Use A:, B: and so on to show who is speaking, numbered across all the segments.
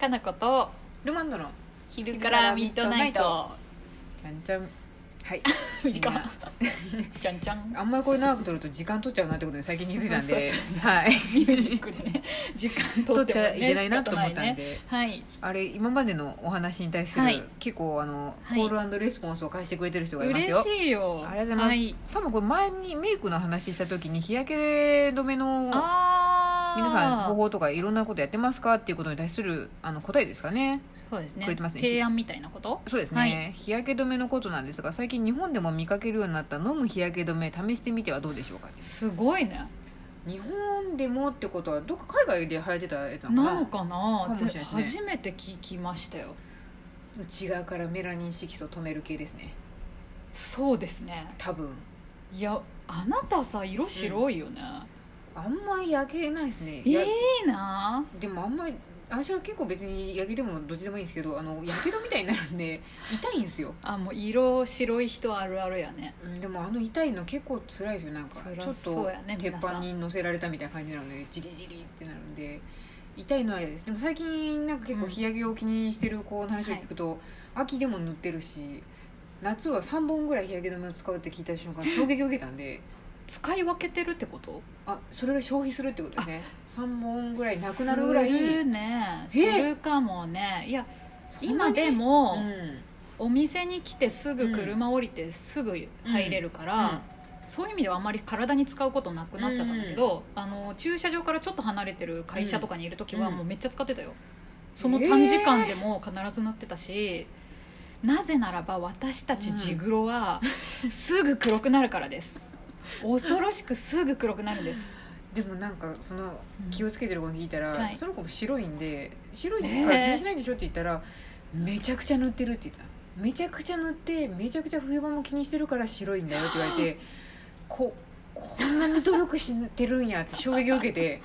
A: かなこと
B: ルマンドの
A: 昼からミッドナイト
B: じゃんじゃんはい
A: 短かったじゃんじゃん
B: あんまりこれ長く撮ると時間取っちゃうなってことで最近気づいたん
A: そうそ
B: で
A: うそう
B: はい
A: ミュージックでね時間
B: 取
A: 取
B: っ
A: って
B: ち
A: も
B: ゃ
A: ね
B: いけないなと思ったん
A: 仕方ないね
B: で
A: はい
B: あれ今までのお話に対する、
A: はい
B: 結構あの、
A: はい
B: コールレスポンスを返してくれてる人がいますよ
A: 嬉しいよ
B: ありがとうござい
A: ます
B: 多分これ前にメイクの話した時に日焼け止めの
A: あー
B: 皆さん方法とかいろんなことやってますかっていうことに対するあの答えですかね
A: そうですね
B: くれてますね
A: 提案みたいなこと
B: そうですね、
A: はい
B: 日焼け止めのことなんですが最近日本でも見かけるようになった飲む日焼け止め試してみてはどうでしょうか
A: すごいね
B: 日本でもってことはどっか海外で流行ってたやつなのかな
A: なのかな
B: かもしれないですね
A: 初めて聞きましたよ
B: 内側からメラニン色素止める系ですね
A: そうですね
B: 多分
A: いやあなたさ色白いよね、
B: あんまり焼けないですね、い
A: い
B: や
A: いな
B: でもあんまり私は結構別に焼けでもどっちでもいいんですけどあのやけどみたいになるんで痛いんですよ
A: あもう色白い人あるあるやね
B: うんでもあの痛いの結構辛いですよなんかちょ
A: 辛
B: っ
A: そう
B: と
A: やね
B: 鉄
A: 皆さ
B: 板
A: ん
B: に乗せられたみたいな感じなのでジリジリってなるんで痛いのは嫌ですでも最近なんか結構
A: うん
B: 日焼けを気にしてる子の話を聞くと、秋でも塗ってるし夏は3本ぐらい日焼け止めを使うって聞いた瞬間衝撃を受けたんで
A: 使い分けてるってこと
B: あそれが消費するってことですね3本ぐらいなくなるぐらい
A: するねするかもねいや今で
B: も、
A: も、
B: うん
A: お店に来てすぐ車降りてすぐ入れるから、そういう意味ではあんまり体に使うことなくなっちゃったんだけど、あの駐車場からちょっと離れてる会社とかにいる時は
B: うん
A: もうめっちゃ使ってたよ、その短時間でも必ず塗ってたし、なぜならば私たちジグロはすぐ黒くなるからです恐ろしくすぐ黒くなるんです
B: でもなんかその
A: うん
B: 気をつけてる子に聞いたら、
A: はい
B: その子も白いんで白いか
A: ねえ
B: ら気にしないでしょって言ったら、めちゃくちゃ塗ってるって言ってためちゃくちゃ塗ってめちゃくちゃ冬場も気にしてるから白いんだよって言われて ここんなに努力してるんやって 衝撃を受けて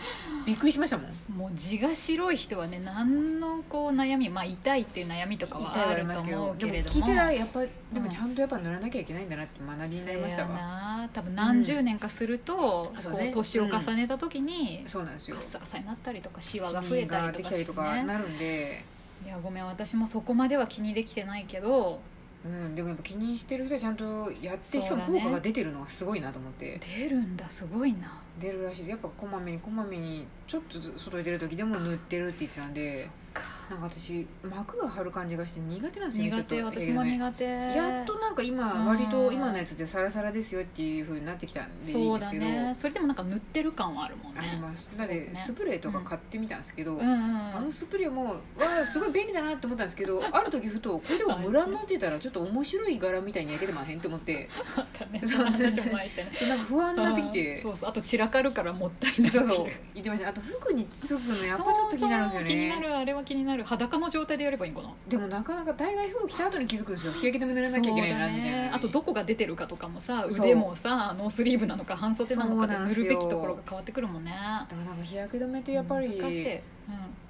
B: びっくりしましたもん
A: もう地が白い人はね何のこう悩みまあ痛いっていう悩みとかはあると思うけ
B: でも
A: れども
B: 聞いたらやっぱで
A: う
B: も
A: ん
B: ちゃんとやっぱ塗らなきゃいけないんだなって学びになりました
A: せや
B: わ
A: な多分何十年かすると、
B: うんそう
A: こ
B: ね
A: う年を重ねた時に、
B: そうなんですよ
A: カッサカサになったりとかシワが増えたりとか
B: シミができたり
A: し
B: と
A: て、
B: か
A: ね、
B: なるんで
A: いやごめん私もそこまでは気にできてないけど
B: うん、でもやっぱ気にしてる人はちゃんとやっ
A: そうだ
B: て、
A: ね
B: しかも効果が出てるのがすごいなと思って
A: 出るんだすごいな
B: 出るらしいやっぱこまめにこまめにちょっとず外に出る時でも塗ってるって言ってたん
A: そ
B: で
A: っか
B: なんか私膜が張る感じがして苦手なんですよね
A: 苦手
B: ちょっと
A: 私も
B: 手
A: 苦手
B: やっとなんか
A: うん
B: 今割と今のやつでサラサラですよっていうふうになってきたんでいいん
A: そう
B: で
A: だ
B: すけど、
A: ねそれでもなんか塗ってる感はあるもんね
B: あります
A: そ
B: な
A: う
B: の
A: ね
B: でスプレーとか買ってみたんですけ
A: う
B: ど、
A: んうん
B: あ
A: う
B: の
A: ん
B: スプレーもわあすごい便利だなって思ったんですけどある時ふとこれでもムラになってたらちょっと面白い柄みたいに焼けてまへんって思って
A: あったね
B: そう
A: その話も前してね
B: なんか不安になってき
A: うん
B: て
A: そうそうあと散らかるからもったいない
B: そうそう言ってましたあと服につくのやっぱちょっと気になるんですよ
A: そうそう
B: ね
A: 気になるあれは気になる裸の状態でやればいいんかな
B: でもなかなか大概服着た後に気づくんですよ日焼け止め塗らなきゃいけないなみたいな、
A: あとどこが出てるかとかもさ
B: そう
A: 腕もさノースリーブなのか半袖なのかで
B: そうな
A: 塗
B: んです
A: る
B: よ
A: べきところが変わってくるもんね
B: だからなんか日焼け止めってやっぱり
A: 難しい、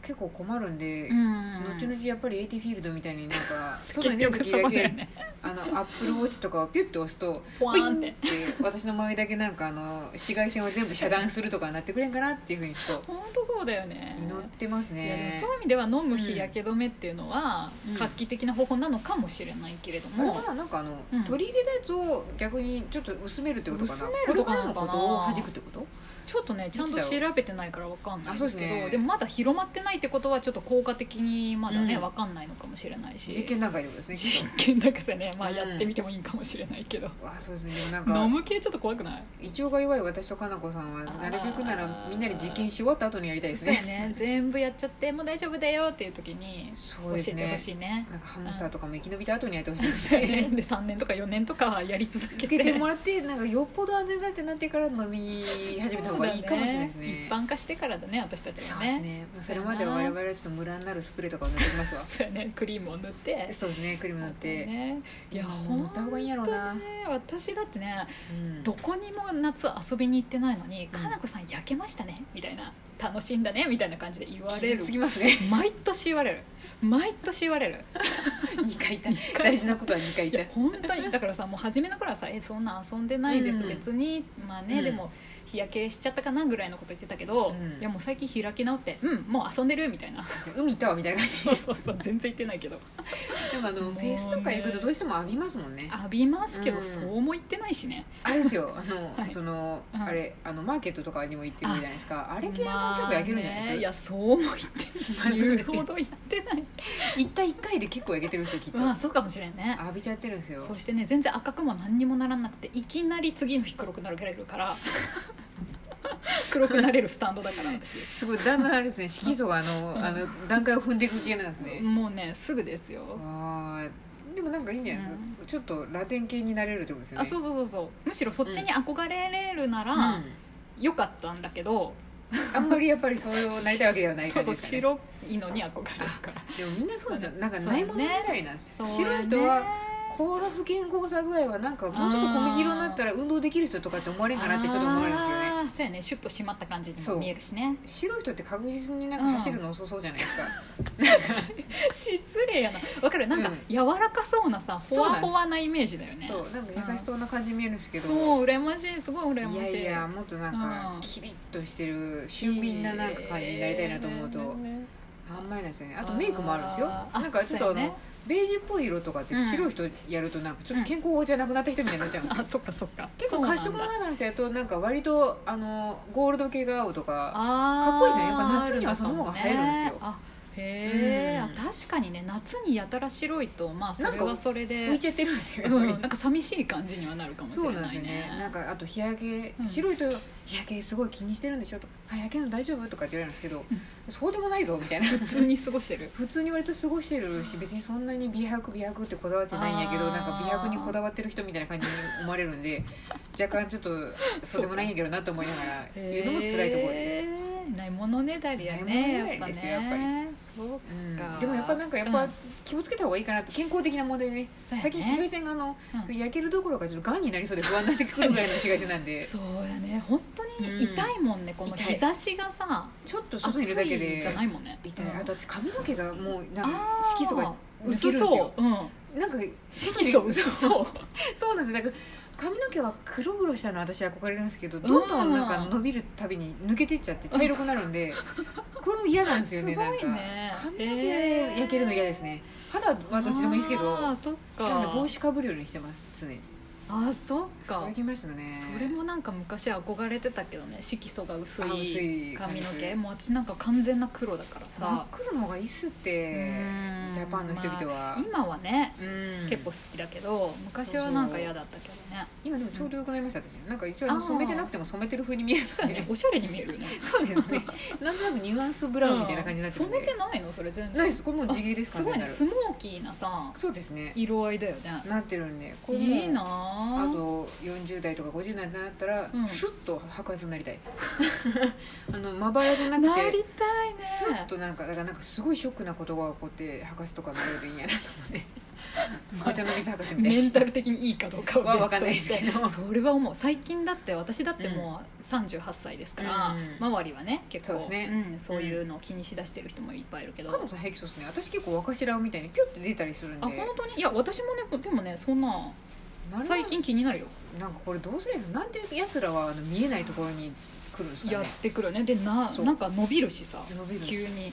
B: 結構困るんで、
A: うん
B: 後々やっぱり AT フィールドみたいになんか外
A: 結
B: に出る
A: 局
B: 時
A: そ
B: だ
A: こだよ
B: け
A: ね
B: あのアップルウォッチとかをピュッて押すと
A: ポワーンって
B: ピンって私の周りだけなんかあの紫外線を全部遮断するとかなってくれんかなっていうふうにちょっと
A: 本当そうだよね
B: 祈ってます
A: いやでも
B: ね
A: そういう意味では飲む日焼け止めっていうのは
B: うん
A: 画期的な方法なのかもしれないけれど
B: あれ
A: も、
B: かななんかあの、
A: うん
B: 取り入れたやつを逆にちょっと薄めるってことかな
A: 薄めるとかなのかな
B: これらのことを弾くってこと
A: ちょっとねちゃんと調べてないからわかんないですけ
B: あそう
A: ど
B: です
A: で
B: ね
A: もまだ広まってないってことはちょっと効果的にまだね、
B: うん
A: わかんないのかもしれないし
B: 実験段階でもですねきっ
A: 実験だからさね、まあ、
B: うん
A: やってみてもいいかもしれないけど、
B: とわあそうですねでもなんか
A: 飲む系ちょっと怖くない
B: 胃腸が弱い私とかなこさんは
A: あー
B: なるべくならみんなで実験し終わった後にやりたいです
A: そうや
B: ね
A: ね全部やっちゃってもう大丈夫だよっていう時に
B: そ
A: 教
B: うで
A: え
B: す
A: てほ
B: ね
A: しいね
B: なんかハムスターとかも生き延びた後にやってほしいです
A: そうやね
B: ね
A: で3年とか4年とかやり続け
B: つ
A: て
B: けてもらってなんかよっぽど安全だってなってから飲み始めた方がいいかもしれないですね
A: そうだ一般化してからだね私たち
B: そ
A: は
B: うです
A: ね
B: ねそれまでは我々はちょっとムラになるスプレーとかを塗ってきます わ
A: そうやねクリームを塗って
B: そうですねクリーム塗っ
A: あと
B: て
A: ねいや
B: もう塗った方がいいんやろうな
A: ほんとね私だってね
B: うん
A: どこにも夏遊びに行ってないのに「
B: うん
A: かなこさん焼けましたね」みたいな「楽しんだね」みたいな感じで言われ
B: 傷
A: る
B: つきますね
A: 毎年言われる毎年言われる
B: 二回言った大事なことは二回
A: い
B: 言
A: や
B: っ
A: 本当にだからさもう初めの頃はさ「えそんな遊んでないです、
B: うん
A: 別に」まあね、
B: うん
A: でも日焼けしちゃったかなぐらいのこと言ってたけど、
B: うん
A: いやもう最近開き直ってうんもう遊んでるみたい な
B: 海行ったわみたいな感じ
A: そうそうそう全然言ってないけど
B: でもあの
A: もう
B: フ
A: ね
B: ェイスとか行くとどうしても浴びますもんねあ
A: 浴びますけど、
B: うん
A: そうも言ってないしね
B: れですよあ の、
A: はい
B: その
A: うん
B: あれあのマーケットとかにも行ってるじゃないですかあれ系
A: ま
B: も
A: あ
B: 結構焼けるんじゃない
A: ね
B: で
A: い
B: すか、
A: やそうも言ってない
B: まあそう
A: 言
B: で
A: う
B: すね
A: ほどやってない
B: 一体一回で結構焼けてるんですよきっと、
A: まあそうかもしれんね
B: 浴びちゃってるんですよ
A: そしてね全然赤くも何にもならなくていきなり次の日黒くなるぐらいいるから 黒くなれるスタンドだから私
B: すごいだんだんあれですね色素があのあの段階を踏んでいく系なんです ね、
A: もうねすぐですよ
B: あーでもなんかいいんじゃないですか、ちょっとラテン系になれるってことですよね
A: あそうそうそうそうむしろそっちに憧れれるな
B: うん
A: らよかったんだけど、
B: あんまりやっぱりそうなりたいわけではない
A: そ
B: 感
A: う
B: じ
A: そう
B: ですかね
A: 白いのに憧れるから
B: でもみんなそうなんですよなんか
A: そう
B: ないものみたいなんですよ、白い人
A: そうよ
B: は
A: ね
B: コーラ不健康さ具合はなんかもうちょっと小麦色になったら運動できる人とかって思われんかなってちょっと思われるんですけどね
A: あーそうやねシュッと締まった感じに
B: そう
A: も見えるしね
B: 白い人って確実になんか走るの遅そうじゃないですか、
A: 失礼やなわかるなんか
B: うん
A: 柔らかそうなさほ
B: そうなん
A: わ
B: です
A: ほわなイメージだよね
B: そうなんか優しそうな感じに見えるんですけど、
A: そう羨ましいすごい羨
B: い
A: ま
B: や
A: しい
B: いやもっとなん
A: う
B: か
A: ん
B: キリッとしてる俊敏ななんか感じになりたいなと思うと、あんまりなんですよねあとメイクもあるんですよ
A: あー
B: なんかちょっとあ
A: そ
B: の、
A: うやね
B: ベージュっぽい色とかって白い人やるとなんかちょっと健康じゃなくなった人みたいになっちゃうんです
A: あ
B: よ、
A: そっかそっか
B: 結構褐色の肌の人やるとなんか割とあのゴールド系が合うとかか
A: か
B: っこいいですよねやっぱ夏にはその方が映えるんですよ
A: あへえ、
B: う
A: あ
B: ん
A: 確かにね夏にやたら白いとまあそれはそれで
B: 浮いちゃってるんですよ、
A: うんなんか寂しい感じにはなるかもし
B: そう
A: れ
B: なんで
A: な
B: す
A: い
B: よね
A: ね
B: なんかあと日焼け、
A: うん
B: 白いと日焼けすごい気にしてるんでしょとかあ焼けるの大丈夫とかって言われるんですけど、
A: うん
B: そうでもないぞみたいな
A: 普通に過ごしてる
B: 普通に割と過ごしてるし別にそんなに美白美白ってこだわってないんやけど
A: あー
B: なんか美白にこだわってる人みたいな感じに思われる んで若干ちょっとそうでもないんやけどなと思いながら言うのも辛いところです、
A: すないものねだりやね
B: ないものねだりですよ
A: やっぱ
B: や
A: ねそう
B: うん
A: か
B: でもやっぱなんかやっ
A: う
B: ぱ
A: ん
B: 気をつけた方がいいかなって健康的な問題でね
A: そうやね
B: 最近紫外線があの、
A: うん
B: そう焼けるどころかちょっとがんになりそうで不安になってくるぐらいの紫外線なんで
A: そうやね本当に痛いもんね、この
B: 痛い
A: 日差しがさ
B: ちょっと外
A: 暑
B: にいるだけ
A: いん
B: で
A: じゃないもんね
B: 痛い
A: うん
B: あと私髪の毛がもうなん
A: あ
B: か
A: ー
B: 色素が抜けるんで
A: 薄
B: すよ
A: そう、うん、
B: なんか
A: 色素 薄そう
B: そうなんですなんか髪の毛は黒々したの私憧れるんですけどどんどんなんか伸びるたびに抜けてっちゃって茶色くなる んでこれも嫌なんですよね
A: すごいね
B: なんか髪の毛焼けるの嫌ですね肌は どっちでもいいですけど
A: あ
B: な
A: ー
B: んで
A: そっか
B: 帽子かぶるようにしてます常に
A: あーそっ
B: そ
A: か
B: れきましたね
A: それもなんか昔憧れてたけどね色素が薄
B: あ薄
A: い
B: い
A: 髪の
B: 感
A: 毛
B: じ
A: もう私なんか完全な黒だから
B: 真っ
A: さ
B: 黒の方がいいっすって
A: うん
B: ジャパンの人々は、
A: 今はね
B: うん
A: 結構好きだけど昔はなんか嫌だったけどね
B: 今でもちょうどよくなりました私なんか一応あの染めてなくても染めてる風に見えると
A: そう
B: か
A: やね
B: ね
A: おしゃれに見えるよね
B: そうです ね なんとなくニュアンスブラウンみたいな感じになってるんで
A: 染めてないのそれ全然
B: ないですこれもう地毛ですか
A: す
B: ら
A: ごいね
B: なる
A: スモーキーなさ
B: そうですね
A: 色合いだよね
B: なってるんでこれも
A: いいな
B: あ
A: あ
B: と40代とか50代になったら、
A: うん
B: スッと白髪になりたい あのまばらじゃな
A: な
B: くて
A: りたいね
B: スッとなんかだからなんかすごいショックなことが起こって博士とかになるといいんやなと思って お茶の水博士みたい
A: メン
B: な
A: タル的にいいかどうか
B: は
A: は
B: 分
A: 分
B: かんないですけど
A: それは思う最近だって私だってもう38歳ですから、
B: うん
A: 周りはね結構
B: そうです
A: うんそういうのを気にしだしてる人もいっぱいいるけど、
B: カモさん平気そうですね私結構若白みたいにピュッて出たりするんで
A: あ本当にいや私もねでもねそんな
B: なる
A: 最近気になるよ
B: なんかこれどうするんですかなんでやつらはあの見えないところに来るんですか
A: やっ
B: ね
A: てくるよねでな
B: そう
A: なんか伸びるしさ
B: 伸びる
A: 急に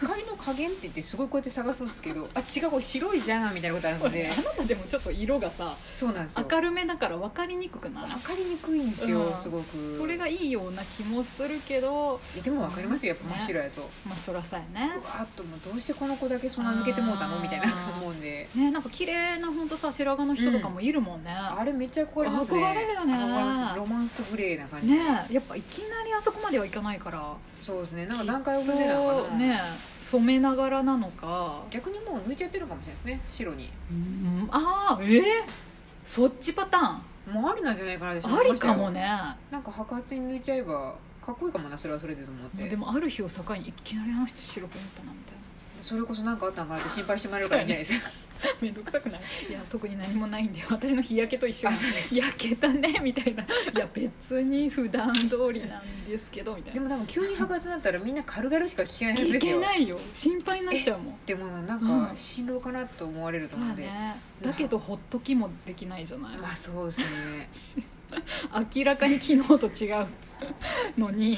B: 光の加減って言ってすごいこうやって探すんですけ どあ違うこれ白いじゃんみたいなことあるので
A: あなたでもちょっと色がさ
B: そうなんですよ
A: 明るめだから分かりにくくない
B: 分かりにくいんですよ、
A: うん
B: すごく
A: それがいいような気もするけど
B: えでも分かりますよやっぱ真っ白やと、
A: まあそらさやね
B: うわーっともうどうしてこの子だけそんな抜けてもうたのみたいな
A: あー
B: 思うんで
A: ねなんか綺麗な本当さ白髪の人とかもいるもんね、
B: あれめっちゃ憧れますね
A: 憧れるよね
B: 憧れますロマンスグレーな感じ、
A: ねえやっぱいきなりあそこまではいかないから
B: そうですねなんか段階遅れなのかな、
A: ねえ染めながらなのか、
B: 逆にもう抜いちゃってるかもしれないですね白に
A: うん、ああええそっちパターン
B: もうありなんじゃないかなって
A: ありかも
B: ね
A: ね
B: なんか白髪に抜いちゃえばかっこいいかもなそれはそれでと思って
A: でもある日を境にいきなりあの人白くなったなみたいな
B: それこそ何かあったんかなって心配してもらえるからいいんじゃないですか
A: めんどくさくないいや特に何もないんで私の日焼けと一緒 焼けたねみたいないや別に普段通りなんですけどみたい
B: で
A: な
B: も多分急に白髪になったらみんな軽々しか聞けないはず
A: い
B: です
A: け
B: よ
A: ないよ心配になっちゃうもん
B: でもなん
A: う
B: か
A: ん
B: 辛労かなと思われると
A: そう
B: 思う
A: だ
B: んで、
A: ねだけどほっときもできないじゃない
B: まあそうです
A: し
B: ね
A: 明らかに昨日と違うのに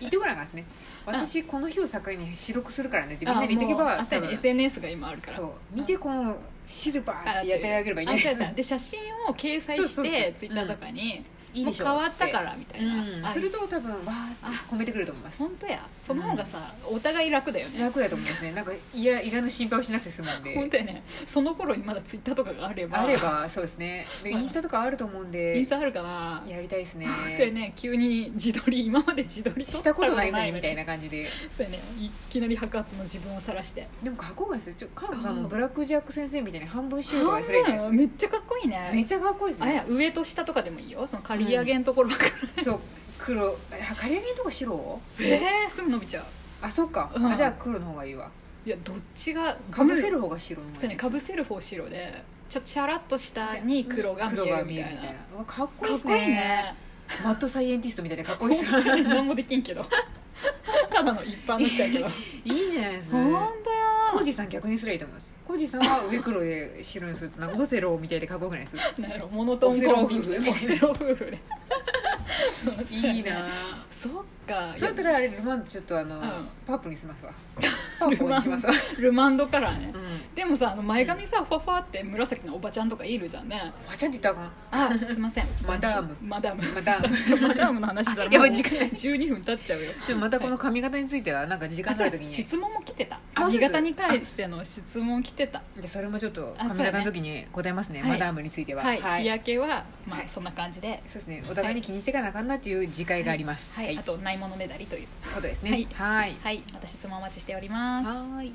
B: 言ってごらんがですね私この日を境に白くするからねってみんなに言っとけ
A: あもう
B: ば
A: あそうやね
B: 多分
A: SNS が今あるから
B: そう見てこのシルバーってやってあげればいいん
A: あ
B: じ
A: そ
B: ゃ
A: う
B: な
A: や
B: い
A: ねで写真を掲載して
B: そうそうそう
A: ツイッターとかに、
B: いい
A: も
B: で
A: う
B: しょ
A: 変わったかららみたいな、あ
B: すると多分わーって褒めてくると思います
A: 本当やその方がさ、お互い楽だよね
B: 楽だと思いますねなんかいやいらぬ心配をしなくて済むん
A: 本
B: で
A: 当やねその頃にまだツイッターとかがあれば
B: あればそうですねで
A: うん
B: インスタとかあると思うんで
A: インスタあるかな
B: やりたいですね
A: そうやね急に自撮り今まで自撮り撮
B: したことないのにみたい
A: な
B: な感じで
A: そうやねいきなり白髪の自分を晒して
B: でもかっこいいですよちょカンコさん
A: う
B: も
A: ん
B: ブラックジャック先生みたいに半分シューとかにすればいいじゃないで
A: めっちゃかっこいい
B: すかめっ
A: ね
B: ちゃかっこいいです
A: あい
B: ね
A: や上と下とかでもいいよその刈り上げのところから、
B: そう黒あ刈り上げのとこ白
A: えー、すぐ伸びちゃう
B: あそっか、
A: うん
B: あじゃあ黒の方がいいわ
A: いやどっちが
B: かぶせ
A: る
B: る方が白の
A: そ
B: 方
A: うや
B: がい
A: ね
B: い
A: かぶせる方白でちょチャラっと下に黒が見えるみたいな
B: うわかっこ
A: か
B: いいで
A: っ
B: す
A: こいい
B: ね
A: ね
B: マッドサイエンティストみたいなかっこいい です
A: 本当に何もできんけど ただの一般の人やけど
B: いいんじゃないです か、
A: 本当や
B: コージさん逆にすりゃいいと思いますコージさんは上黒で白にするとなんかオセロみたいでかっこよくないですか
A: なんやろモノトーンコンビみたいな
B: オ
A: オ
B: セ
A: セロ夫婦でそうそうやね
B: いいな
A: そっか
B: そうやったらあれルマンドちょっとあの、
A: ん
B: パープルに しますわパープルにしますわ、
A: ルマンドカラーね
B: うん、
A: でもさあの前髪さファファって紫のおばちゃんとかいるじゃんね
B: わちゃんって言ったら
A: あすいません
B: マダム
A: マダム
B: あかんまた
A: ちょマダムの話だ
B: あや
A: ら
B: ば
A: も
B: いう時間ない
A: 12分経っちゃうよ
B: ちょっとまたこの髪型についてはなんか時間
A: あ
B: があ
A: そう
B: る時に
A: 質問も来てた
B: あ本
A: 髪
B: 当です
A: 型に関しての質問来てた
B: じゃあそれもちょっと
A: あそう
B: 髪
A: やね
B: 型の時に答えますね
A: はい
B: マダムについては
A: はい、
B: はい
A: 日焼けはま
B: は
A: あ
B: い
A: そんな感じで
B: そうですねお互いに気にしていかなあかんなという次回があります
A: はい、あとないものねだりという
B: ことです
A: は
B: ね
A: い
B: はい
A: はいまた質問お待ちしております
B: はい